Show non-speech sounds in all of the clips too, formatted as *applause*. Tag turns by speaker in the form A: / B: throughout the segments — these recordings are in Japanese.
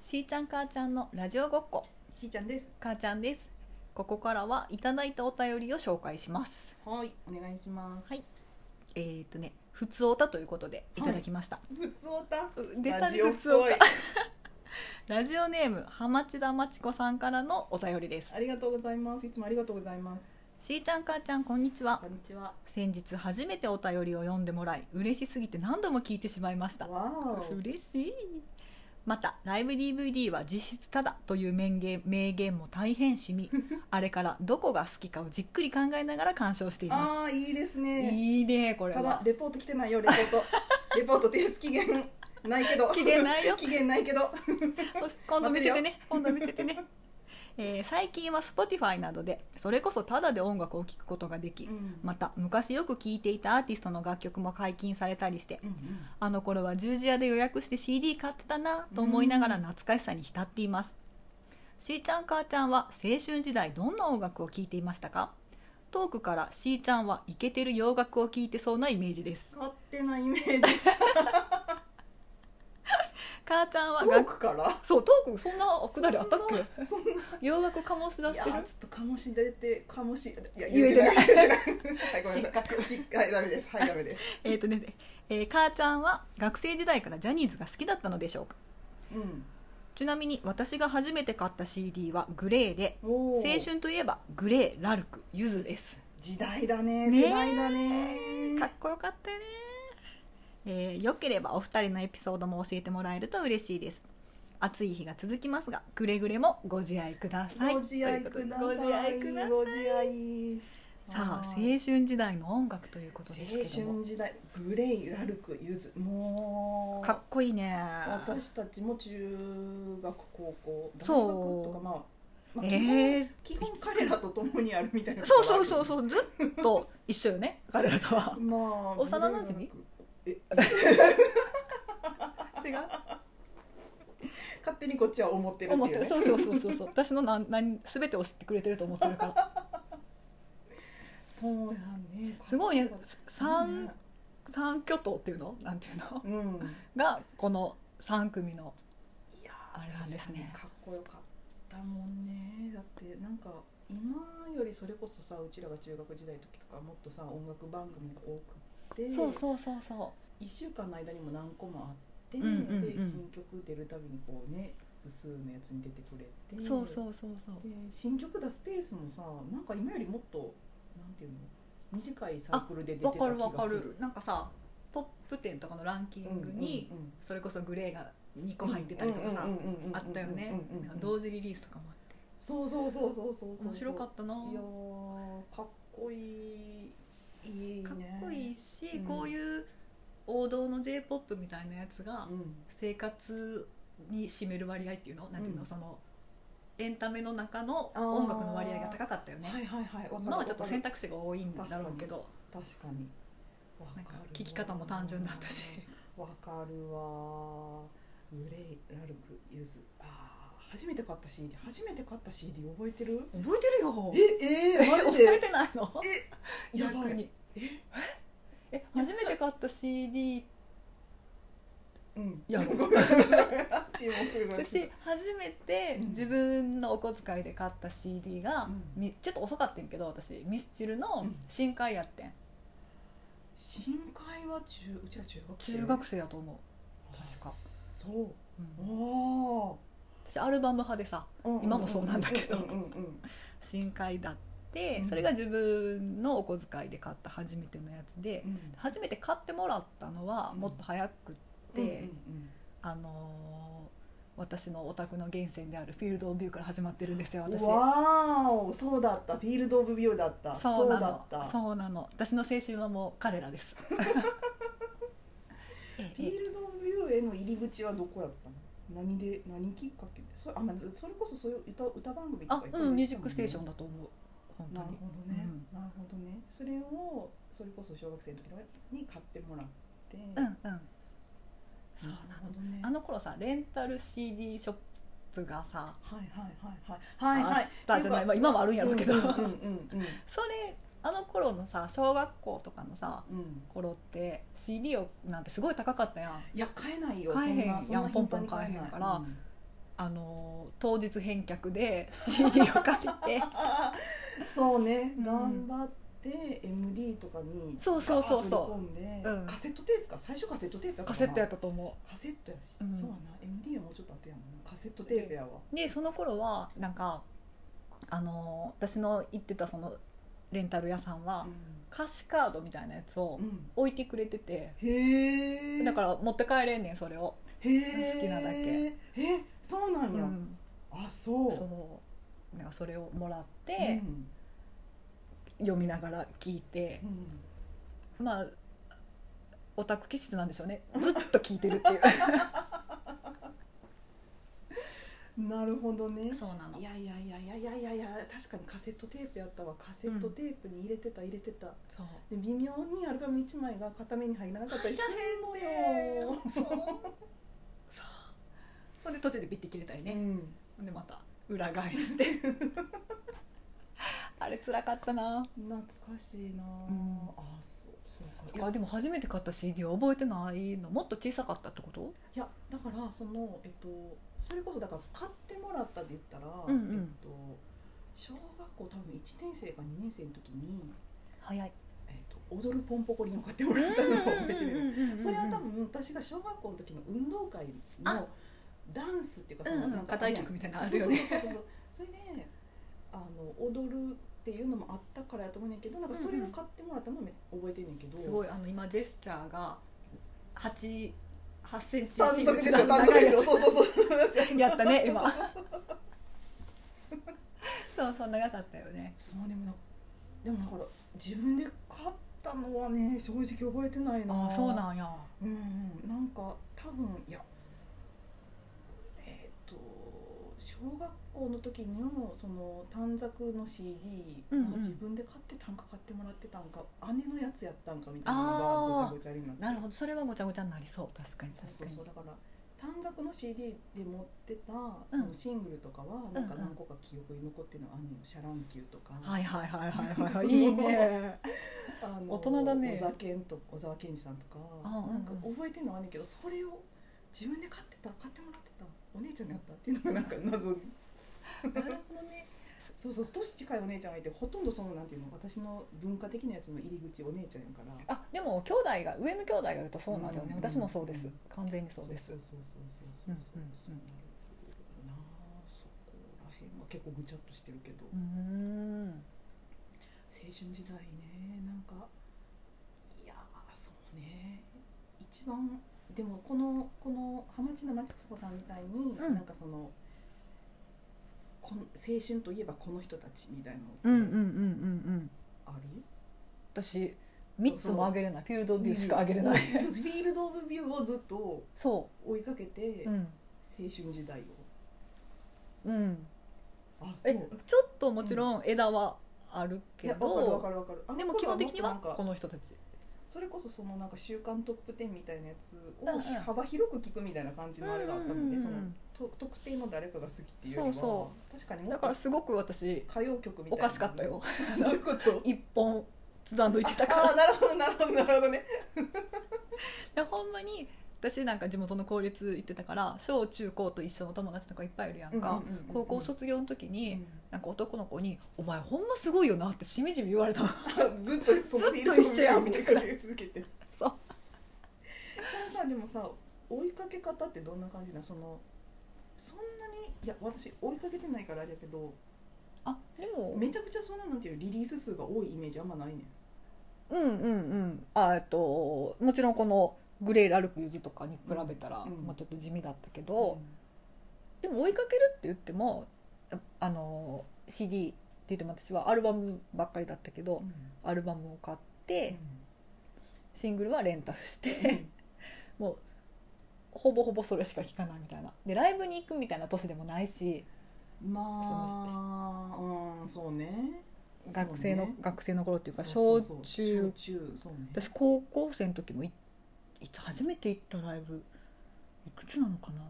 A: しーちゃん母ちゃんのラジオごっこ
B: しーちゃんです。
A: 母ちゃんですここからはいただいたお便りを紹介します
B: はい、お願いします。
A: はいえー、っとね普通おたということでいただきました、
B: ふつおた。
A: 出たね
B: ラジオっぽい
A: ふつお。 *laughs* ラジオネームはまちだまちこさんからのお便りです
B: ありがとうございます。いつもありがとうございます。
A: しーちゃん母ちゃんこんにちは
B: んにちは。
A: 先日初めてお便りを読んでもらい嬉しすぎて何度も聞いてしまいました
B: わお。
A: 嬉しいまたライブ DVD は実質ただという名言名言も大変し
B: *laughs*
A: みあれからどこが好きかをじっくり考えながら鑑賞していま
B: ああ、いいです
A: す
B: ね。
A: いいねこれ
B: ただ
A: は、
B: レポート来てないよ、レポー *laughs* ト。レポート提出期限。ないけど。
A: 期限ないよ
B: *laughs* 期限ないけど。
A: そし今度見せてね今度見せてねえー最近は Spotify などでそれこそただで音楽を聴くことができ、
B: ん
A: また昔よく聴いていたアーティストの楽曲も解禁されたりして
B: うんうん
A: あの頃は十字屋で予約して CD 買ってたなと思いながら
B: うん
A: 懐かしさに浸っています、しーちゃん母ちゃんは青春時代どんな音楽を聴いていましたかトークからしーちゃんはイケてる洋楽を聴いてそうなイメージです
B: 勝手なイメージ。
A: 母ちゃんは
B: ト
A: 楽
B: ークから。
A: そうトークそんなくだりあったっけ
B: そんな。
A: 洋楽醸し出
B: い
A: し
B: や
A: てる
B: ーちょっとかもし出てかもしいや
A: 言えてない
B: 言えてないはいごめんなさい
A: 失格
B: 失格はいダメですはいダメです
A: えっ、とね、えー母ちゃんは学生時代からジャニーズが好きだったのでしょうか
B: うん
A: ちなみに私が初めて買った CD はグレーで
B: お
A: 青
B: ー
A: 春といえばグレーラルクゆずです
B: 時代だね
A: ねえ
B: 世代だね
A: かっこよかったよね、えー、よければお二人のエピソードも教えてもらえると嬉しいです暑い日が続きますがくれぐれもご自愛ください
B: ご自愛ください
A: ということでご自愛ください
B: ご自愛
A: さあ
B: は
A: 青
B: い
A: 春時代の音楽ということですけども
B: 青春時代グレイラルクゆずもう
A: かっこいいね
B: 私たちも中学高校大
A: そう
B: 学とかまあ、まあ
A: え
B: 基本
A: ー、
B: 基本彼らと共にあるみたいな
A: そうそうそう
B: う
A: そうずっと一緒よね彼らと *laughs* は
B: まあ
A: 幼馴染
B: グレイラルク
A: 違う
B: え勝手にこっちは思ってるって
A: 思
B: い
A: ってる
B: う、ね、
A: そうそうそうそうそう私のなんなん全てを知ってくれてると思ってるから
B: そうやね
A: すごいね
B: 三
A: 三三巨頭っていうのなんていうの
B: うん
A: がこの三組の
B: いやー
A: あれなんですね
B: 確かにかっこよかったもんねだってなんか今よりそれこそさうちらが中学時代の時とかもっとさ音楽番組が多くって
A: そうそうそうそう
B: 1週間の間にも何個もあって、
A: うんうんうん
B: で新曲出るたびにこうね複数のやつに出てくれて
A: そうそうそうそう
B: で新曲だスペースもさなんか今よりもっとなんていうの短いサークルで出てた
A: わ
B: 気
A: かるわ
B: が
A: か
B: する
A: るなんかさトップ10とかのランキングに、
B: うんうんうん
A: それこそグレーが2個入ってたりとかさ
B: うんうんうんうんうん
A: あったよね
B: うんうんうん
A: なんか同時リリースとかもあって
B: そうそうそうそうそうそう
A: 面白かったない
B: やーかっこいいいいね
A: かっこいいし、
B: うん
A: こういう王道の j p o p みたいなやつが
B: うん
A: 生活に占める割合っていうのなんていうの、
B: うん
A: そのエンタメの中の
B: あー
A: 音楽の割合が高かったよね
B: はいはいはいわかる
A: 今はちょっと
B: わか
A: 選
B: る
A: 択肢が多いんだろうけど
B: 確かにわ
A: なんか
B: るわ
A: 聞き方も単純だったし
B: わかるわグレイラルクユズあー初めて買った CD 初めて買った CD 覚えてる
A: 覚えてるよ
B: ええー、マジ
A: 覚え
B: で
A: てないの
B: えやばい
A: 逆にえ初めて買った CD
B: うん
A: や *laughs* ばい
B: ごめん沈黙が
A: 私初めて
B: うん
A: 自分のお小遣いで買った CD が、
B: うん
A: みちょっと遅かったんやけど私ミスチルの深海やってん
B: 深海は中うちら中学生
A: 中学生やと思確か
B: あそう
A: う、うん
B: おー
A: 私アルバム派でさ今もそうなんだけど
B: うんうんうん
A: 深海だって
B: うん
A: それが自分のお小遣いで買った初めてのやつで初めて買ってもらったのはもっと早くって、
B: うんうん
A: あのー私のお宅の源泉であるフィールド・オブ・ビューから始まってるんですよ
B: うん
A: 私
B: わーおそうだったフィールド・オブ・ビューだった
A: そうな
B: だ
A: の
B: っ
A: そう
B: た
A: なの私の青春はもう彼らです
B: *laughs*
A: え
B: フ
A: え
B: ィールド・オブ・ビューへの入り口はどこやったの何で何きっかけでそれあまあそれこそそういう歌歌番組とか
A: あ
B: いっぱい
A: うん「ミュ
B: 出
A: ー
B: て
A: ジ
B: た
A: ックステーション」
B: もんね
A: だと思う本当
B: なる
A: に
B: ほどね、なるほどねそれをそれこそ小学生の時とかに買ってもらって
A: うん
B: な
A: うん
B: る
A: そうなの
B: ほどね
A: あの頃さレンタル CD ショップがさ
B: はいはいはいはいはいはい
A: あったじゃないまあ今もあるんやろうけど
B: うんうんうん
A: *laughs* それあの頃のさ小学校とかのさ
B: うんうん
A: 頃って CD をなんてすごい高かったやん
B: いや買えないよ
A: 買えへん
B: そんなそんな
A: やんポンポン
B: 頻繁に
A: 買えへんから
B: うん
A: あの当日返却
B: *laughs*
A: で CD を借りて
B: そうね、
A: うん
B: 頑張って MD とかに
A: そうそうそうそう
B: ガーッと取り込んで、
A: うん
B: カセットテープか最初カセットテープやった
A: カ
B: な
A: セットやったと思
B: カセットやし、
A: うん
B: そうやな MD はもうちょっと後やもんなカセットテープやわ、
A: うでその頃はなんかあの私の行ってたそのレンタル屋さんは
B: う
A: 歌詞カードみたいなやつを
B: んうん
A: 置いてくれてて、
B: へえ
A: だから持って帰れんねんそれを、
B: へえ
A: 好きなだけ
B: えそうなん
A: う
B: や、
A: ん
B: あそう
A: そうなんかそれをもらっ
B: う
A: て、
B: ん
A: 読みながら聞いて
B: う、ん
A: まあオタク気質なんでしょうねずっと聞いてるっていう
B: *laughs* なるほどね
A: そうなの
B: いやいやいやいやいやいやいや確かにカセットテープやったわカセットテープに入れてた入れてた、
A: そう
B: で微妙にアルバム1枚が片目に入らなかったりするのよ、
A: そうそれで途中でビッて切れたり
B: う
A: ね、
B: ん、
A: でまた裏返して *laughs* あれ辛かったな
B: 懐かしいなあ、
A: うん
B: あそうそうかいや
A: あでも初めて買った CD は覚えてないのもっと小さかったってこと
B: いやだからそのえっとそれこそだから買ってもらったで言ったら、
A: うんうん
B: えっと小学校多分1年生か2年生の時に
A: 早い
B: 「えっと、踊るポンポコリン」を買ってもらったのを覚えてるそれは多
A: 分
B: 分私が小学校の時の運動会
A: あ
B: のダンスっていうか
A: うんうん
B: なんか
A: 課題曲みたいなのあるよね
B: そうそうそうそうそうそれであの踊るっていうのもあったからやと思うねんけどなんかそれを買ってもらったのも覚えてんねんけど、
A: すごいあの今ジェスチャーが8 8センチ
B: 単独ですよ
A: 長
B: 単
A: い
B: 独ですよそうそうそう
A: やったね今 *laughs*
B: そうそうそう
A: そうそう長かったよね
B: そうでもなでもだから自分で買ったのはね正直覚えてないな
A: ああそうなんや
B: うんうんなんか多分いやえっ、と小学校の時のその短冊の CD
A: うんうん
B: まあ自分で買ってたんか買ってもらってたんか姉のやつやったんかみたいなのが
A: あー
B: ごちゃごちゃになって
A: なるほどそれはごちゃごちゃになりそう確かに
B: そ
A: 確
B: うそ
A: か
B: う
A: に
B: そうだから短冊の CD で持ってたそのシングルとかはなんか
A: うんうん
B: 何個か記憶に残ってるのがあんねんよ「シャランキュー」とか、
A: はいはいはいはいはい
B: *laughs* そ
A: は
B: う
A: いいいね
B: あの
A: 大人だね
B: 小沢健と小沢健二さんとか
A: あうんうん
B: なんか覚えてるのはあんねんけどそれを自分で買ってた買ってもらってたお姉ちゃんにあったっていうのがなんか謎に
A: なるほどね
B: そうそう年近いお姉ちゃんがいてほとんどそのなんていうの私の文化的なやつの入り口お姉ちゃんやから
A: あでも兄弟が上の兄弟がいるとそうなるよね、
B: うん
A: 私もそうです完全にそうです
B: そうそうそうそうそ
A: うん
B: うそう
A: うんうん
B: そうなるなあそこらへんは結構ぐちゃっとしてるけど、
A: うーん
B: 青春時代ねなんかいやーそうね一番でもこのこの浜地の町子さんみたいに、
A: うん
B: なんかそのこの青春といえばこの人たちみたい
A: うんうんうんうん
B: のって
A: うん
B: ある、
A: 私3つもあげれないフィールドビューしかあげれない、
B: うんそうそうフィールド・オブ・ビューをずっと
A: *laughs* そ
B: 追いかけて、
A: うう
B: 青
A: ん
B: 春時代を
A: うん
B: あそ
A: え
B: う
A: ちょっともちろん枝はある
B: い
A: け
B: やわかるわか
A: ど、
B: るわかるあの
A: でも基本
B: 頃
A: 的には
B: もっとなんか
A: この人たち
B: それこそそのなんか週刊トップ10みたいなや
A: うんうん
B: つを幅広く聞くみたいな感じのあれがあったので、
A: うんうんうんうん
B: そのと特定の誰かが好きっていうよりは
A: そうそ
B: 確かにも
A: だ
B: っ
A: から
B: と
A: すごく私
B: 歌謡曲みた
A: お
B: いな
A: かしかったよ
B: *laughs* どういうこ
A: *laughs*
B: と
A: 一本貫いてたから
B: ああなるほどなるほどなるほどね
A: でほんまに私なんか地元の公立行ってたから小中高と一緒の友達とかいっぱいいるやんか、高校卒業の時に、なんか男の子に「お前ほんますごいよな」ってしみじみ言われた
B: *laughs* ずっとそのフィールドを
A: ずっと一緒やん
B: 見てくれ続けて
A: *laughs* そう
B: そのさでもさ追いかけ方ってどんな感じなのそのそんなにいや私追いかけてないからあれやけど
A: あでも
B: めちゃくちゃそんななんていうのリリース数が多いイメージあんまないねん
A: うんうんうんあえっともちろんこの「グレイ・ラルク・ユジ」とかに比べたら、
B: うんうん
A: もうちょっと地味だったけど、でも追いかけるって言ってもあの CD って言っても私はアルバムばっかりだったけど、アルバムを買って、シングルはレンタルして、もうほぼほぼそれしか聴かないみたいなでライブに行くみたいな年でもないし
B: まあうんそうね
A: 学生の、
B: そうね
A: 学生の頃っていうか
B: そう
A: 小
B: そうそう
A: 中
B: 小中そうね
A: 私高校生の時もいいつ初めて行ったライブいくつなのかな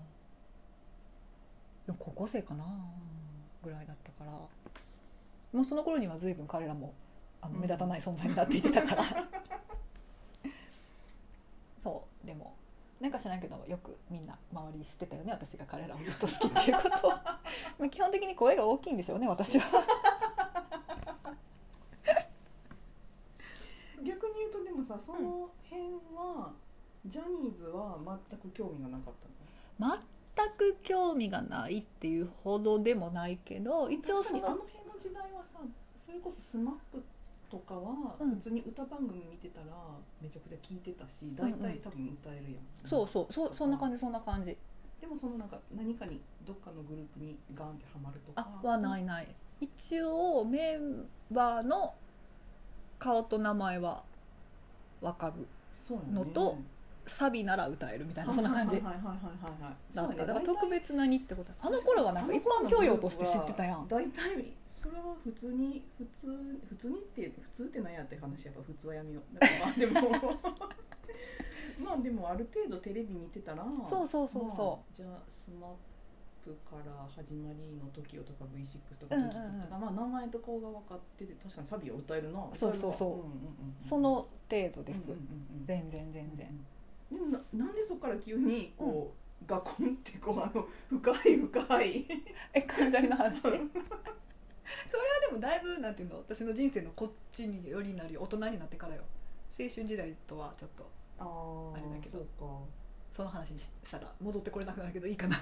A: でも高校生かなぐらいだったからもうその頃には随分彼らもあの
B: うん
A: 目 *laughs* 立たない存在になっていってたから、そうでもなんか知らんけどよくみんな周り知ってたよね私が彼らをずっと好きっていうことを *laughs* まあ基本的に声が大きいんでしょうね私は
B: 逆に言うとでもさその辺は、ジャニーズは全く興味がなかったの
A: 全く興味がないっていうほどでもないけど一応
B: 確か
A: そ
B: にあ
A: の
B: の辺の時代はさそれこそスマップとかは
A: うん
B: 普通に歌番組見てたらめちゃくちゃ聴いてたし
A: んう
B: 大
A: ん
B: 体多分歌えるやん、
A: そうそうそうそんな感じそんな感じ
B: でもそのなんか何かにどっかのグループにガンってハマるとか
A: あはないいない一応メンバーの顔と名前は分かる
B: そうよね
A: のとサビなら歌えるみたいなそんな感じ
B: はいはいはいはいはいはい
A: だっ
B: そうやね
A: ただから
B: 大体
A: 特別なにってことあの頃はなんか一般教養として知ってたやん
B: 大体それは普通に普通普通にって普通ってなんやって話やっぱ普通はやめようだからまあでも
A: *laughs*
B: まあでもある程度テレビ見てたら
A: そうそうそうそう
B: じゃあスマップから始まりの TOKIO とか V6 とか TOKIX とか、まあ、名前と顔が分かってて確かにサビは歌えるな
A: そうそうそう
B: 歌えるわんんうん
A: その程度
B: うん
A: で
B: うん
A: す
B: うん
A: 全然全然
B: うんうんでもななんでそこから急にこう、ガコンってこうあの深い深い
A: え関ジャニの話そ *laughs* れはでもだいぶなんていうの私の人生のこっちによりなり大人になってからよ青春時代とはちょっと
B: あ
A: あ
B: あ
A: れだけど
B: そうか
A: その話にしたら戻ってこれなくなるけどいいかな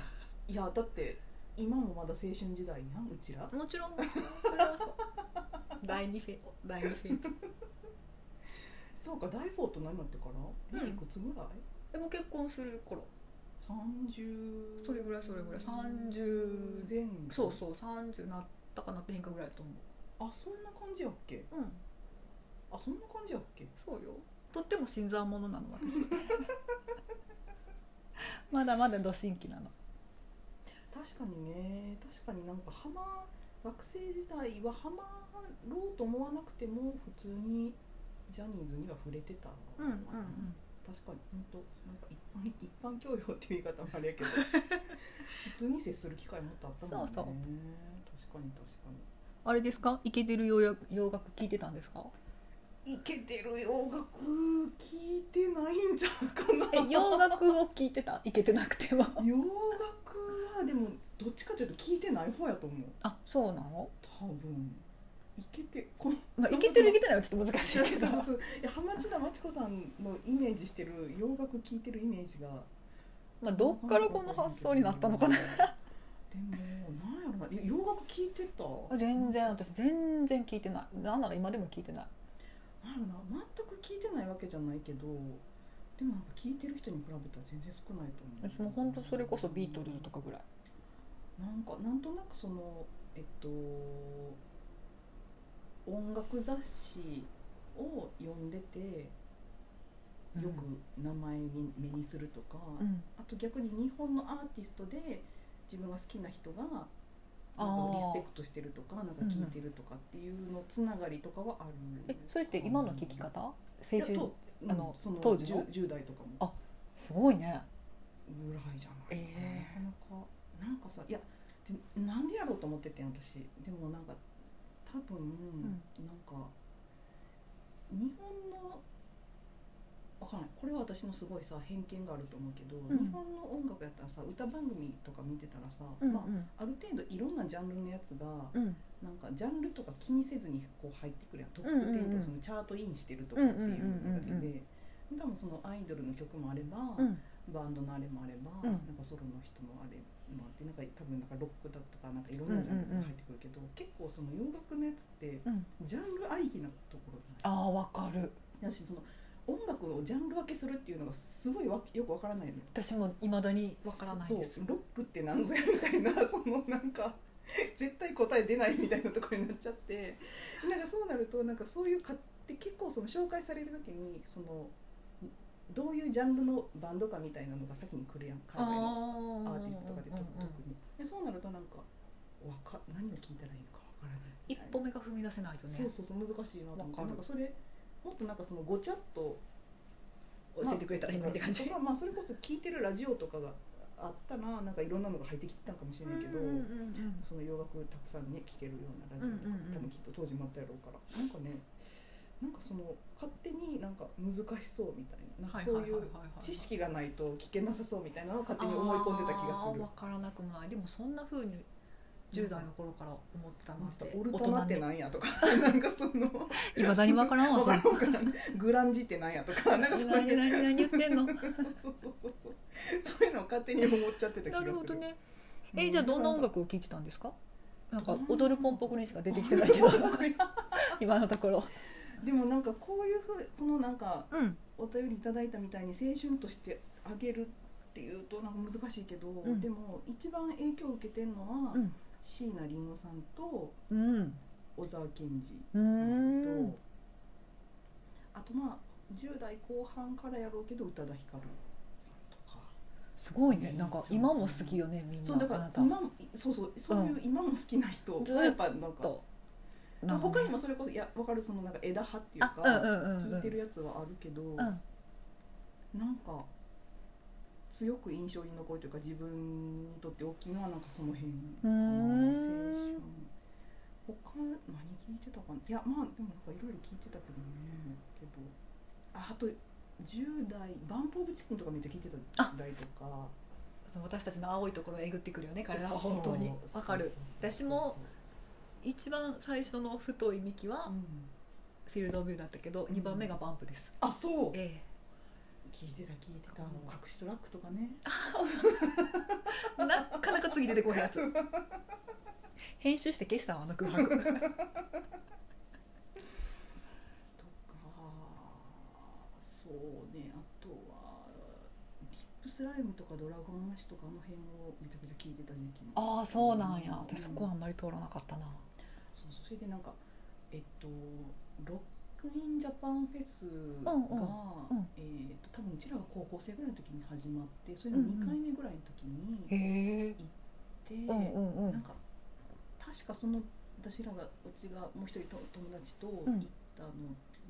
A: い
B: やだって今もまだ青春時代やんうちら
A: もちろんそれはそう *laughs* 第2フェ第二フェーズ
B: そうか大フォート何になってから、
A: うん
B: いくつぐらい
A: でも結婚する頃
B: 30
A: それぐらいそれぐらい30
B: 前後
A: そうそう30なったかなって変化ぐらいだと思
B: あそんな感じやっけ
A: ううん
B: あそんな感じやっけ
A: そうよとっても新参者なの私 *laughs* まだまだ土神期なの
B: 確かにね確かになんかハマ学生時代はハマろうと思わなくても普通にジャニーズには触れてた
A: うんうんうん
B: 確かに本当なんか一般一般教養っていう言い方もあれや
A: *laughs*
B: けど普通に接する機会もっとあったもん
A: そ
B: ね
A: うそう
B: 確かに確かに
A: あれですかイケてる洋楽洋楽聞いてたんですか
B: イケてる洋楽聞いてないんじゃうかな
A: え洋楽を聞いてたイケてなくても
B: 洋楽はでもどっちかというと聞いてない方やと思う
A: あそうなの
B: 多分イケてこ
A: *laughs*
B: の
A: まあイケてるイケてないはちょっと難しい
B: そう
A: けど
B: そうそういや浜地田真知子さんのイメージしてる洋楽聴いてるイメージが
A: まあどっからこの発想になったのかな
B: でもなんやろないや洋楽聴いてた
A: あ全然私全然聞いてないなんなら今でも聞いてない
B: なんやろな全く聴いてないわけじゃないけどでもなんか聴いてる人に比べたら全然少ないと思
A: 私
B: う
A: もう本当それこそビートルズとかぐらい
B: なんかなんとなくそのえっと音楽雑誌を読んでてよく名前に目にするとか、
A: うん
B: あと逆に日本のアーティストで自分が好きな人が
A: あ
B: なんかリス
A: ー
B: ペクトしてるとかなんか聞いてるとかっていうのつながりとかはある
A: えそれって今の聞き方青
B: い
A: 春
B: やとうん
A: あの
B: その
A: 当時の
B: 10, 10代とかも
A: あすごいね
B: ぐらいじゃないかな、
A: ええ
B: なかなかなんかさいやでなんでやろうと思っててん私でもなんか多分、なんか日本のわからないこれは私のすごいさ偏見があると思うけど、
A: ん
B: 日本の音楽やったらさ歌番組とか見てたらさ、
A: うん
B: まあ、ある程度いろんなジャンルのやつが、
A: うん
B: なんかジャンルとか気にせずにこう入ってくるやんトップ
A: うんうんうん
B: 10とかそのチャートインしてるとかっていうだけ
A: うんうんうんうんう
B: で多分そのアイドルの曲もあれば、
A: うん
B: バンドのあれもあれば、
A: うん
B: なんかソロの人もあれもあってなんか多分なんかロックだとかなんかいろんなジャンルが入ってくるけど、結構その洋楽のやつって
A: うん
B: ジャンルありきなところない
A: ああわかる
B: 私その音楽をジャンル分けするっていうのがすごいわよくわからないの
A: 私もいまだにわからないです
B: そうロックってなんぞやみたいな *laughs* そのなんか絶対答え出ないみたいなところになっちゃってなんかそうなるとなんかそういうかって結構その紹介される時にそのどういうジャンルのバンドかみたいなのが先に来るやん海外のアーティストとかでと
A: うんうんうん
B: 特にでそうなるとなんかわか何を聞いたらいいのかわからないみ
A: 一
B: たいな
A: 歩目が踏み出せないよ
B: そう
A: ね
B: そうそう難しいなと思
A: わ
B: って
A: かる
B: なんかそれもっとなんかそのごちゃっと
A: 教えてくれたらいいなって感じ
B: まあとかまあそれこそ聞いてるラジオとかがあったらなんかいろんなのが入ってきてたのかもしれないけど、
A: うんうんうん
B: その洋楽たくさんね聴けるようなラジオと
A: う
B: か、
A: んうんうん
B: 多分きっと当時もあったやろうからなんかねなんかその勝手になんか難しそうみたいななんか
A: はい
B: そう
A: はいはいいは
B: う
A: いはい
B: 知識がないと聞けなさそうみたいなのを勝手に思い込んでた気が
A: あー
B: する
A: わ。からなくもないでもそんな風に10代の頃から思ってた
B: な
A: なんんて
B: かオルタナって
A: い
B: なんやとか *laughs* なんかその
A: まだにわからんわ
B: わ
A: そ
B: から
A: れ
B: んわからんグランジってなんやとかなんかそうい
A: 何
B: う
A: 何何言ってん *laughs* の
B: そうそうそうそうそういうのを勝手に思っちゃってた気が
A: な
B: する。
A: るほどねえじゃあどんな音楽を聴いてたんですかなんか踊るポンポコにしか出てきてない *laughs* けど今のところ
B: *laughs* でもなんかこういうふうこのなんか
A: うん
B: お便りいただいたみたいに青春としてあげるっていうとなんか難しいけど、
A: ん
B: でも一番影響を受けてるのは
A: うん
B: 椎名林檎さんと
A: うん
B: 小沢健二さ
A: うー
B: んと
A: ん
B: あとまあ10代後半からやろうけど宇多田ヒカルさんとか。
A: すごいねなんか今も好きよねみんな
B: そうだか
A: あ
B: ら
A: なた
B: 今もそうそうそういう今も好きな人
A: ずっと
B: がやっぱなんか、
A: と
B: まあ他にもそれこそいやわかるそのなんか枝葉っていう
A: あうんう
B: か
A: んうんう
B: 聞い
A: ん
B: てるやつはあるけど、
A: うん
B: なんか強く印象に残るというか自分にとって大きいのはなんかその辺か
A: ー
B: な
A: ん
B: 青春他何聞いてたかないやまあでもなんかいろいろ聞いてたけどねけどああと10代バンプ・オブ・チキンとかめっちゃ聞いてた時代とか
A: その私たちの青いところをえぐってくるよね彼らは本当に
B: そう
A: わかる
B: そうそうそう
A: 私も一番最初の太い幹は
B: うん
A: フィールドオブビューだったけど
B: ん
A: 二番目がバンプです、
B: あそう
A: え
B: 聞いてた聞いてたあの隠しトラックとかね
A: えなかなか次出てこないやつ編集して消したわあの空白
B: とかそうねあとはリップスライムとかドラゴンマッシュとかあの辺をめちゃくちゃ聞いてた時期も
A: *laughs* ああそうなんや
B: うん
A: 私そこはあんまり通らなかったな
B: そうそうそれでなんかえっとロックインジャパンフェスが、
A: うんうんうん
B: えーっと多分うちらが高校生ぐらいの時に始まってそれの2回目ぐらいの時に
A: へ
B: 行っ
A: え
B: て、
A: うんうんう
B: なん
A: ん
B: か確かその私らがうちがもう一人と友達と行
A: ん
B: った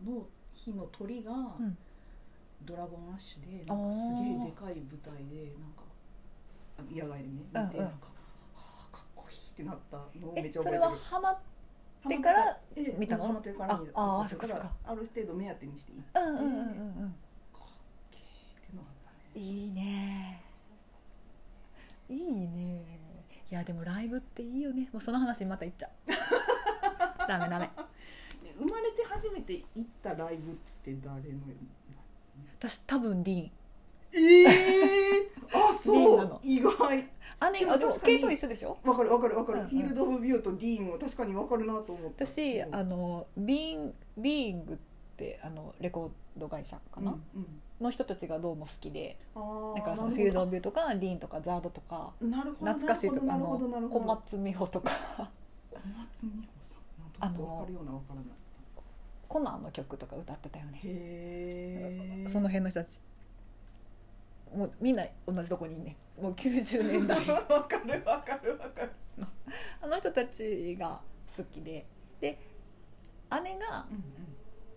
B: のの日の鳥が、
A: ん
B: ドラゴンアッシュでなんかすげえでかい舞台でなんかあの野外でね見て
A: うん
B: なん
A: うん
B: か、はあかっこいいってなったのをめ
A: え
B: っちゃ
A: そ
B: 覚え
A: れ
B: てる
A: はハマってから
B: ええ
A: 見たの
B: ハマってるから見た
A: ああー
B: そうそ
A: そっか
B: う
A: そっか
B: だらある程度目当てにしていいか
A: うんうんうんうん
B: っけーっていうのがあった
A: うん
B: ね
A: いいねいいねいやでもライブっていいよねもうその話にまた行っちゃ *laughs* うダメダメ
B: で生まれて初めて行ったライブって誰の
A: 私多分ディーン
B: ええあ
A: リー
B: そ
A: な
B: う
A: の
B: 意外
A: 姉
B: でも
A: あでも
B: 確かに
A: 系と一緒でしょ
B: わかるわかるわか
A: う
B: る、
A: んうん
B: フィールド・オブ・ビューとディーンも確かにわかるなと思った
A: 私
B: うん
A: あのビーンビーイングってあのレコード会社かな、
B: うんうん
A: の人たちがどうも好きで
B: あー
A: だからその
B: なるほ
A: フィ
B: ど
A: ールド・オブ・ビューとかディーンとかザードとか
B: なるほど
A: 懐かしいとか
B: な
A: あ
B: るほどなる
A: の小
B: ほどなるほど
A: 松美穂とか
B: 小松美穂さんなんとなくわかるようなわからない
A: コナンの曲とか歌ってたよね
B: へえ
A: そ
B: *laughs*
A: の辺の人たちもうみんな同じとこにいんねんもう90年
B: *laughs*
A: 代
B: わかるわかるわかる
A: あの人たちが好きでで姉が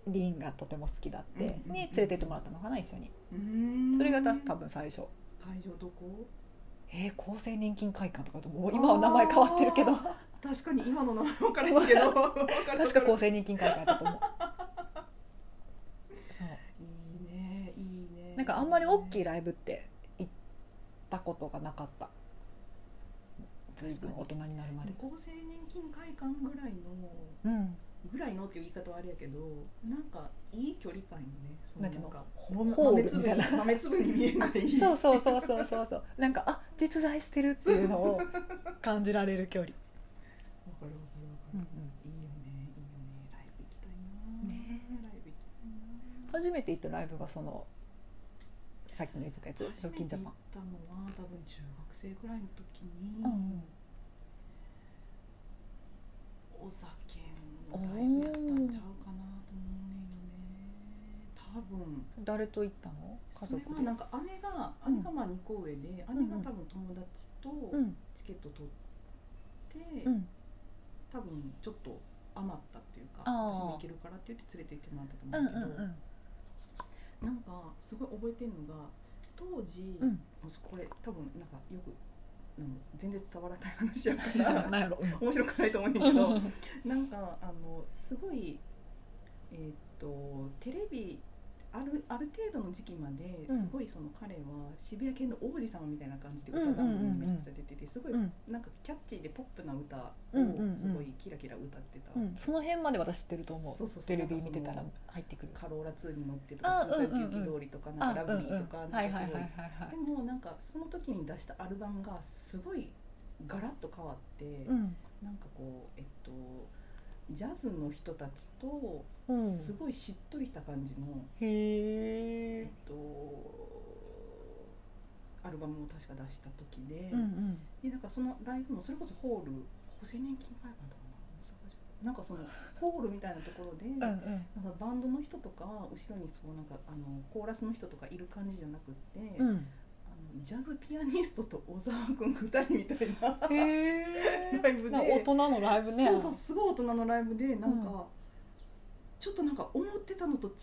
A: ディーンがとても好きだって
B: うんうんうん
A: に連れてってもらったのかな一緒に
B: うん
A: それが私多分最初
B: 会場どこ
A: えー、厚生年金会館とかともう今は名前変わってるけど
B: あー確かに今の名前わからんけ *laughs* どわかる
A: 確か厚生年金会館だと思うそう
B: いいねいいね
A: なんかあんまり大きい
B: い
A: ライブって行ったことがなかった随分大人になるまで
B: 厚生年金会館ぐらいの
A: うん
B: ぐらいのっていう言い方はあれやけどなんかいい距離感よねそ
A: な
B: の
A: んていうの
B: なんか
A: ホール
B: 豆
A: み
B: 粒
A: たい
B: に
A: な
B: 豆粒に見え
A: *laughs*
B: ない
A: そうそうそうそうそうそうなんかあ実在してるっていうのを感じられる距離、
B: わかるわかるわか
A: う
B: る、
A: ん
B: いいよねいいよねライブ行きたいな、
A: ね
B: ライブ行きたい
A: うん、*laughs*
B: な
A: 初めて行ったライブがそのさっきの言ってたやつ「
B: 初
A: ロッ
B: め
A: キ
B: て
A: ンジャ
B: 行
A: パン
B: ったのは多分中学生ぐらいの時に」、
A: うん
B: お酒のライブやったんちゃうかなと思うねんよね多分
A: うん、誰と行ったの家
B: そ
A: 族
B: れ
A: で
B: はなんか姉が
A: うん
B: 姉がまあ2個上で、
A: ん
B: 姉が多分友達と
A: うん
B: チケット取って、
A: うん
B: 多分ちょっと余ったっていうか
A: あー
B: 私も行けるからって言って連れて行ってもらった
A: う
B: と
A: ん
B: 思う
A: う
B: んだけど、
A: ん
B: なんかすごい覚えてるのが当時、
A: うん
B: もうこれ多分なんかよくなんか全然伝わらない話やか
A: うん *laughs*
B: ら
A: 何やろう
B: 面白くないと思うねんだけどなんかあのすごいえーっとテレビあるある程度の時期まで
A: うん
B: すごいその彼は渋谷系の王子様みたいな感じで歌
A: うんうん
B: 番
A: うんうん
B: 組にめちゃくちゃ出ててすごい
A: うん
B: なんかキャッチーでポップな歌
A: うんうんう
B: を
A: ん
B: すごいキラキラ歌ってた、
A: うん、その辺まで私知ってると思う
B: そうそうそ
A: テ
B: う
A: レビ見てたら
B: なんか
A: 入ってくる
B: カローラ2に乗ってと
A: あ
B: かスーパ
A: うんうんうん
B: ー休憩通りとかなんかラブリーとか
A: うんうん、
B: な
A: は
B: ん
A: い
B: か
A: はいはい
B: すご
A: はいい
B: でもなんかその時に出したアルバムがすごいガラッと変わって、
A: うん
B: なんかこうえっとジャズの人たちと
A: うん
B: すごいしっとりした感じの、
A: へ
B: えっ
A: え
B: とアルバムを確か出した時で,、
A: うんうん
B: でなんかそのライブもそれこそホール青年金会館とかな大阪城なんかそのホールみたいなところで、
A: うん
B: なんか
A: うん
B: バンドの人とか後ろにそうなんかあのコーラスの人とかいる感じじゃなくって、
A: うん
B: あのジャズピアニストと小沢君2人みたいな
A: へえ
B: ライブで
A: 大人のライブね
B: そうそうすごい大人のライブでなんか、ちょっとなんか思ってたのと違う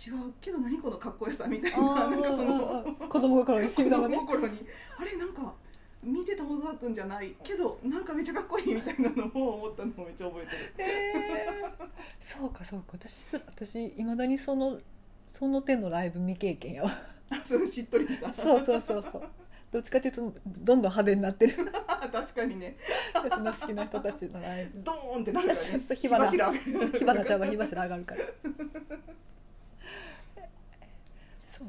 B: けど何このかっこよさみたい
A: あー
B: ななんかその
A: うんうん子供心に
B: 子
A: 集団が
B: 供
A: ね
B: 心にあれなんか見てた小沢君じゃないけどなんかめっちゃかっこいいみたいなのを思ったのをめっちゃ覚えてる。
A: へーそうかそうか私私いまだにそのその手のライブ未経験やわ
B: あそのしっとりした
A: そうそうそうそうどっちかっていうとどんどん派手になってる
B: 確かにね
A: 私の好きな人たちのライブ
B: ドーンってなんかね
A: そうそう火花
B: 火柱
A: 火花ちゃんは火柱上がる
B: *laughs*
A: から
B: そうそうそうそうそう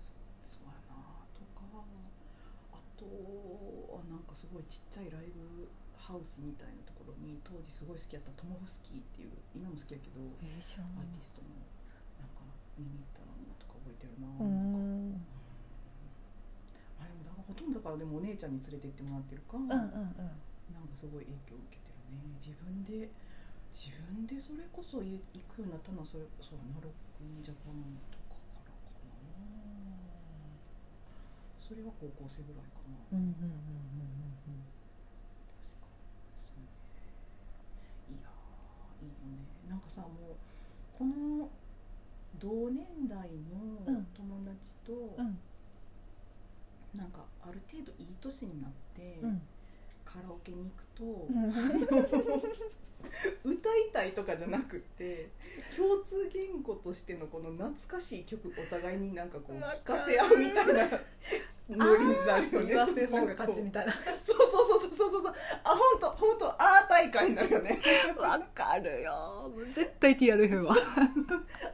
B: そ
A: そうか
B: うそうやなとかあとはなんかすごいちっちゃいライブハウスみたいなところに当時すごい好きやったトモフスキーっていう今も好きやけどア
A: え
B: ー
A: ー知らない
B: ティストのなんか見に行ったのとか覚えてるな
A: うー
B: なんか
A: ん
B: あれもだからほとんどだからでもお姉ちゃんに連れて行ってもらってるか、
A: うんうん
B: なんかすごい影響を受けてるね自分で自分でそれこそ行くようになったのはそれこそアナログインジャパンとかからかなそれは高校生ぐらいかな
A: うんうんうんうんうん
B: そういやーいいよねなんかさもうこの同年代
A: う
B: の
A: ん
B: 友達と、
A: うんうん
B: なんかある程度いい年になって、
A: うん
B: カラオケに行くと、
A: うん
B: *laughs* 歌いたいとかじゃなくて共通言語としてのこの懐かしい曲お互いになんかこう
A: わかる
B: 聞かせ合うみたいなノリになるよね
A: 言わせ方
B: な
A: が
B: んか
A: 勝
B: こ
A: ちみ
B: う
A: たいな
B: そうそうそうそうそうそうあ本当本当あー大会になるよね
A: わかるよもう絶対 TRF は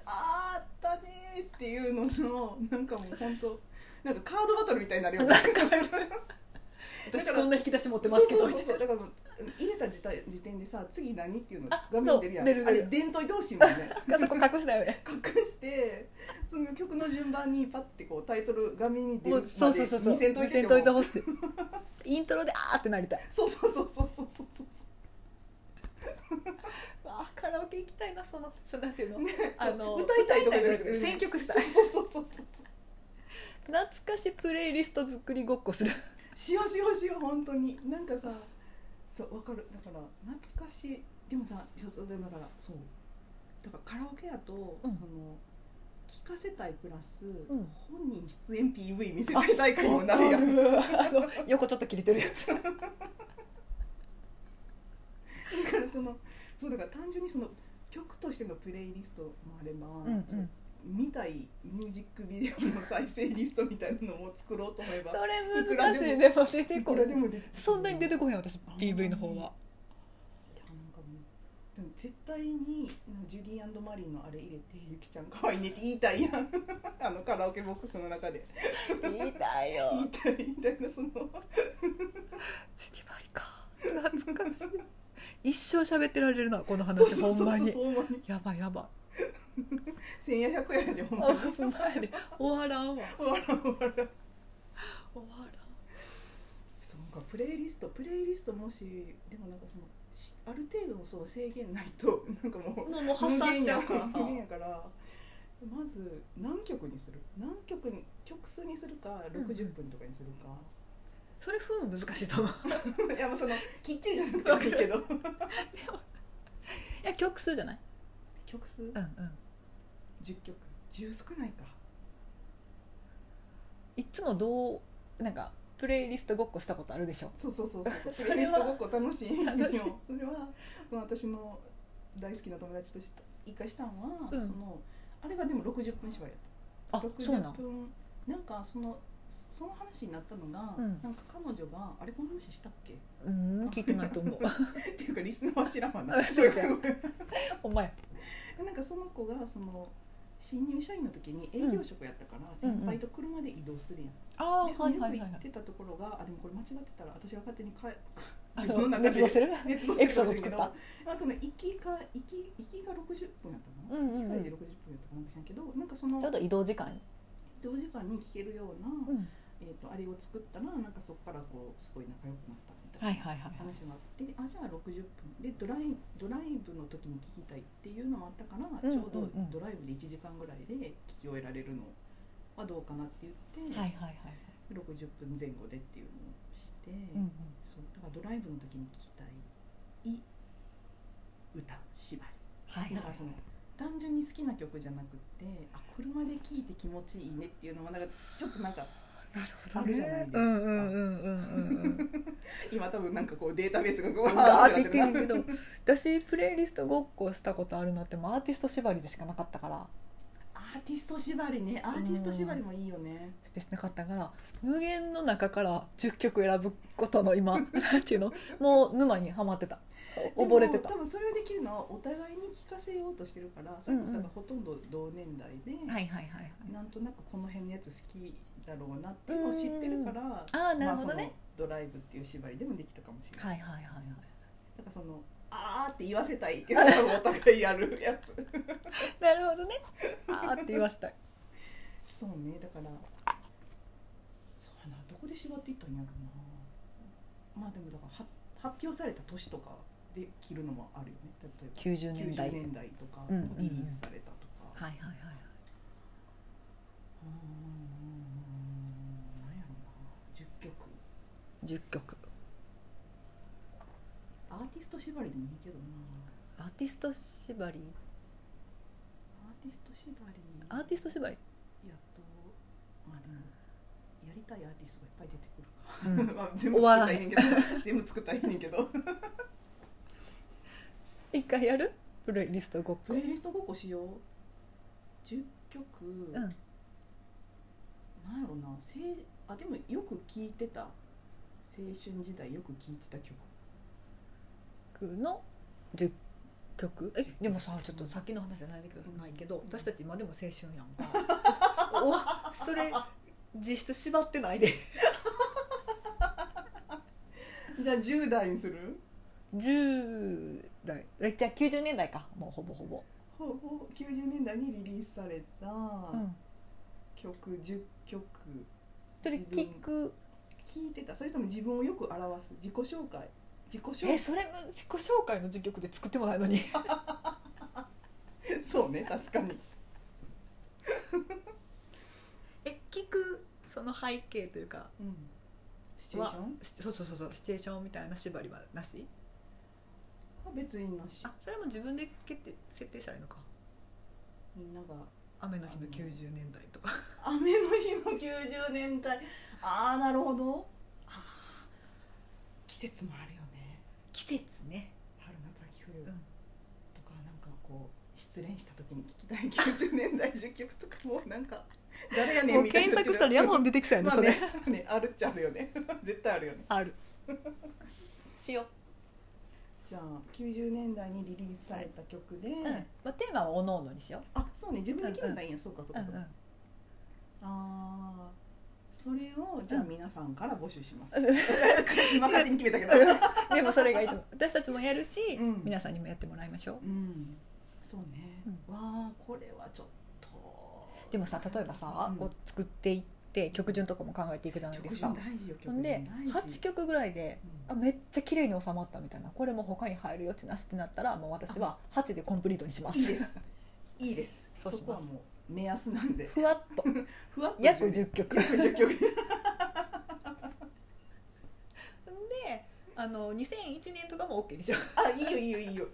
B: あーあったねーっていうののなんかもう本当なんかカードバトルみたいになるよね
A: 私こんな引き出し持ってますけど
B: そう
A: み
B: そ
A: たい
B: うそ
A: な
B: うだからもう入れた時点時点でさ次何っていうの
A: あ
B: 画面出るやん
A: そう出る
B: あ
A: 出
B: れ
A: る
B: 伝統同士もんね
A: あそこ隠したよね
B: 隠してその曲の順番にパッてこうタイトル画面に出
A: も
B: る
A: うそ
B: ま
A: うそ
B: で
A: うそうそう
B: 見せんとい
A: 見
B: て
A: せんといて
B: も
A: ほしいイントロであーってなりたい
B: そうそうそうそうそうそうそう
A: わーカラオケ行きたいなそのそのなんていうのあ
B: あ
A: の
B: の歌いたいとかじゃなく
A: 歌い
B: て
A: たい選曲したい
B: そうそうそうそうそう
A: 懐かしプレイリスト作りごっこする
B: しようしようしよう本当になんかさそうわかるだから懐かしいでもさそうそうでもだからそうだからカラオケやと、
A: うん
B: その聞かせたいプラス、
A: ん
B: 本人出演 PV 見せたい大会にもなるやん
A: あの横ちょっと切れてるやつ
B: だからそのそうだから単純にその曲としてのプレイリストもあれば、その見たいミュージックビデオの再生リストみたいなのも作ろうと思えば
A: それ
B: いく
A: 難
B: ら
A: しい
B: でも
A: でも出て
B: い
A: こ
B: く
A: な
B: ら
A: い
B: でも出てくる
A: そんなに出て
B: い
A: こへん私 PV の方は
B: やなんかもうでも絶対にジュディマリーのあれ入れて「ゆきちゃん可愛いね」って言いたいやん *laughs* あのカラオケボックスの中で
A: 言いたいよ
B: 言いたいみたいなその
A: ジュディマリか懐かしい一生喋ってられるなこの
B: そう
A: 話
B: そ
A: ほ
B: うんそう
A: ま
B: そう
A: に
B: ほんまに
A: やばいやばい
B: 千夜百夜でほんまに
A: ほんまやで終わらんわ
B: 笑う笑う
A: 終わ
B: そうなんかプレイリストプレイリストもしでもなんかそのしある程度のそう制限ないと *laughs* なんかも
A: らん
B: う
A: もうもう発散しちゃうからさ
B: 無限やからまず何曲にする何曲に曲数にするか
A: うん
B: 60分とかにするか、
A: それふん難しいと思う
B: い *laughs* やまあそのきっちりじゃなくてもいいけど *laughs*
A: いや曲数じゃない
B: 曲数
A: うんうん
B: 10曲10少ないか
A: いつもどうなんかプレイリストごっこしたことあるでしょ
B: そうそうそうそう
A: そ *laughs*
B: プ
A: れは
B: *laughs* レイリストごっこ楽しいよそれ
A: 楽しい
B: はその私の大好きな友達とした一回したんは、
A: うん
B: そのあれがでも60分縛りやった
A: あそうなん
B: 60分なんかそのその話になったのが、
A: うん
B: なんか彼女が「あれこの話したっけ?」 *laughs*
A: うーん聞いてないと思う
B: っていうかリスナーは知らんわ *laughs* な
A: あそうだよお前
B: なんかその子がその新入社員の時に営業職やったから
A: うん
B: 先輩と車で移動するやん、
A: ああ
B: でその
A: はい
B: よ
A: は
B: く
A: いはい
B: 行
A: はい
B: ってたところが、あでもこれ間違ってたら私が勝手にかえ
A: *laughs* あ
B: 自分
A: の
B: の中
A: 熱
B: で
A: をする
B: 熱動
A: エピソード
B: る
A: 作
B: け
A: っ
B: ど、
A: た
B: まあ、その行きか行き行きが60分やったの
A: うんうんうん
B: 行き帰りで60分やったかなんか知らんけどなんかその
A: ちょうど移動時間
B: 移動時間に聞けるような、
A: うん
B: えー、とあれを作ったらなんかそこからこうすごい仲良くなったみたいな。
A: はいはいはい
B: 話があってあじゃあ60分でドライドライブの時に聞きたいっていうのもあったから、
A: うんうん
B: ちょうどドライブで1時間ぐらいで聞き終えられるのはどうかなって言って、
A: はいはいはい
B: 60分前後でっていうのをして、
A: うんうん
B: そうだからドライブの時に聞きたいい歌芝
A: はい
B: 居だからその単純に好きな曲じゃなくてあ車で聴いて気持ちいいねっていうのもなんかちょっとなんか
A: なる
B: ほどねあるじゃないですか
A: うんうんうんうんうんうん
B: 今多分なんかこうデータベースがこう *laughs*
A: あーって
B: って
A: 言ってるけど私プレイリストごっこしたことあるのってもうアーティスト縛りでしかなかったから
B: アーティスト縛りねアーティスト縛りもいいよね
A: してしなかったから無限の中から10曲選ぶことの *laughs* 今なんていうのもう沼にはまってたお溺れてた
B: でも多分それをできるのはお互いに聞かせようとしてるからそれこそ
A: うんうん
B: ほとんど同年代で、
A: はいはいはい
B: なんとなくこの辺のやつ好きだろうなっていうのを知ってるから、
A: ああなるほど
B: まあ
A: ね、、
B: そのドライブっていう縛りでもできたかもしれな
A: はい
B: い、
A: はいはいはい
B: だからその「あー」って言わせたいっていうのをお互いやるやつ
A: なるほどねあーって言わしたい
B: そうねだからそうやなどこで縛っていったんやろうなまあでもだからは発表された年とかで着るのもあるよね例えば
A: 90年代
B: 90年代とか
A: うんうんうん
B: リリースされたとか、
A: はいはいはい
B: うんなんやろな10曲
A: 10曲
B: アーティスト縛りでもいいけどな
A: アーティスト縛り
B: アーティスト縛り
A: アーティスト縛り、
B: やっとまあでもやりたいアーティストがいっぱい出てく
A: う
B: るか、
A: ん
B: *laughs* まあ全部作ったらいいねんけど全部作ったらいいねんけど
A: 一回やるプレイリストごっ
B: プ
A: こ
B: レイリストごっこしよう10曲、
A: う
B: なんんやろなせいあでもよく聴いてた青春時代よく聴いてた曲
A: の10曲えでもさちょっとさっきの話じゃないけど,、
B: うん
A: ないけど
B: うん
A: 私たち今でも青春やんか *laughs* おそれ実質縛ってないで
B: *laughs* じゃあ10代にする
A: 10代えじゃあ90年代かもうほぼほぼ、
B: ほぼ90年代にリリースされた
A: うん、
B: 曲、10曲
A: それ聞く
B: 聴いてたそれとも自分をよく表す自己紹介自己
A: え
B: 紹
A: それ自己紹介の10曲で作ってもないのに *laughs*
B: 介そう *laughs* ね確かに
A: え聞くその背景というか
B: うんシチュエーション
A: そうそうそうそうシチュエーションみたいな縛りはなし
B: は別になし
A: あそれも自分で決定設定したらいいのか
B: みんなが
A: 雨の日の90年代とか
B: 雨の日の90年代ああなるほどああ季節もあるよね
A: *laughs* 季節ね
B: 春夏秋冬
A: ん
B: とかなんかこう失恋した時に聞きたい90年代10曲とかもうなんか誰やね
A: も
B: ん
A: う
B: みたい
A: 検
B: な
A: 索したらヤモン出てきそうやね
B: *laughs* まあ
A: それ
B: ねねあるっちゃあるよね *laughs* 絶対あるよね
A: ある *laughs* しよ
B: じゃあ90年代にリリースされた曲で、
A: う、うんまあ、テーマはおのおのにしよ、
B: あそうね自分で決めたらいいんや、そうかそううかそうか、ああそれをじゃあ皆さんから募集し *laughs* ます、今勝手に決めたけど
A: *laughs* でもそれがいいと思う私たちもやるし、
B: うん
A: 皆さんにもやってもらいましょう
B: うんそうね、
A: う
B: わあこれはちょっと
A: でもさ例えばさ、
B: うん
A: こう作っていって曲順とかも考えていくじゃないで
B: 曲
A: すか
B: 順大事よ
A: ほ
B: 曲
A: ん
B: 順
A: で
B: 大事
A: 8曲ぐらいで
B: う
A: あめっちゃ綺麗に収まったみたいなこれも他に入る余地なしってなったらもう私は8でコンプリートにしま
B: ん
A: す
B: いいですいいです
A: そ
B: そう
A: します
B: こはもう目安なんで
A: ふわっと
B: ふわっと
A: 約10曲
B: 約10曲
A: であの2001年とかも OK でしょ
B: *laughs* あいいよいいよいいよ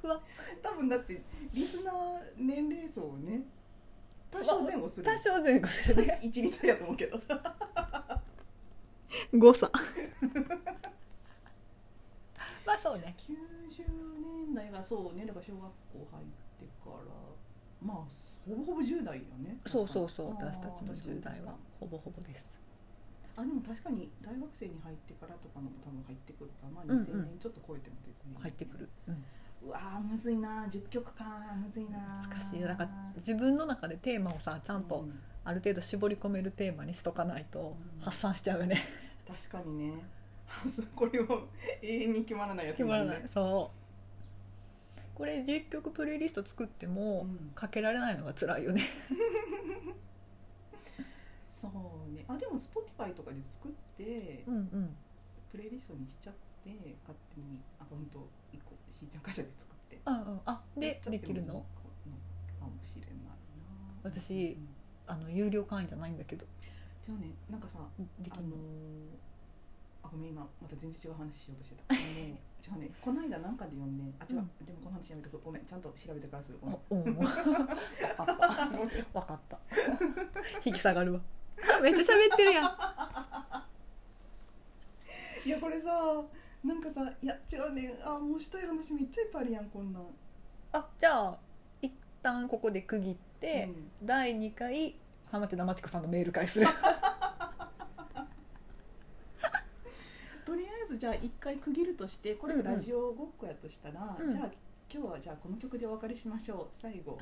A: ふわ
B: 多分だってリスナー年齢層をね多少前後する
A: 多少前後する
B: *laughs*
A: ね
B: 12歳やと思うけど
A: 誤差 *laughs* まあそうそうね
B: 90年代がそうねだから小学校入ってからまあほぼほぼ10代よね
A: そうそうそう
B: 確か
A: 私たちの
B: あー
A: 10代
B: 確か
A: は
B: に
A: ほぼほぼです
B: 確かにあでも確かに大学生に入ってからとかのも多分入ってくるからまあ
A: うんうん
B: 2000年ちょっと超えても別に、
A: 入ってくる、うん、
B: うわーむずいなー10曲かーむずいなー
A: 難しいよだから自分の中でテーマをさちゃん
B: う
A: と
B: ん
A: ある程度絞り込めるテーマにしとかないと
B: うん
A: 発散しちゃうよ *laughs* ね
B: 確かにね *laughs* そうこれも永遠に決まらないやつ
A: 決まら
B: ね
A: ない *laughs* そうこれ10曲プレイリスト作っても
B: うん
A: かけられないのが辛いよね
B: そうねあでも Spotify とかで作って、
A: うんうん
B: プレイリストにしちゃって勝手にアカウント1個しーちゃん会社で作って
A: あうんあ
B: やっ
A: で
B: ちゃっても
A: できる
B: いい
A: の
B: かもしれないな
A: 私
B: うん
A: あの有料会員じゃないんだけど
B: じゃあねなんかさあ
A: でき
B: の
A: る
B: ー
A: の
B: あごめん今また全然違う話しようとしてたあの
A: *laughs*
B: ねじゃあねこの間なんかで読んであ違う、
A: うん
B: でもこの話やめとくごめんちゃんと調べてからするごめん
A: *laughs* あうん
B: *laughs*
A: わかった
B: ごめん
A: わかった引き下がるわめっちゃ喋ってるやん
B: *laughs* いやこれさなんかさいや違うねあもうしたい話めっちゃいっぱいあるやんこんなん
A: あじゃあ一旦ここで区切って
B: う、ん
A: 第2回浜地生地子さんのメール会する
B: とりあえずじゃあ一回区切るとしてこれがラジオごっこやとしたら、
A: うん
B: じゃあ今日はじゃあこの曲でお別れしましょう最後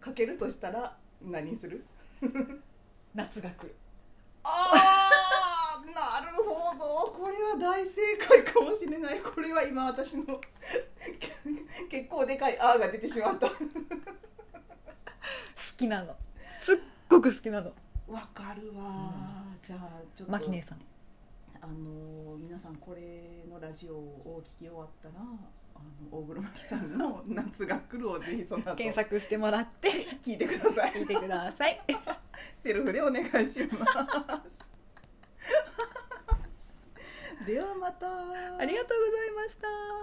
B: かけるとしたら何する
A: 夏が来る
B: ああなるほどこれは大正解かもしれないこれは今私の *laughs* 結構でかい「あ」が出てしまった
A: 好きなのすっごく好きなの
B: わかるわ、じゃあちょっと
A: 牧姉さん
B: あのー皆さんこれのラジオを聞き終わったらあの大黒摩季さんの「夏が来る」をぜひその後
A: 検索してもらって
B: 聞いてくださ
A: 聞い
B: い
A: てください
B: セルフでお願いしますではまた
A: ありがとうございました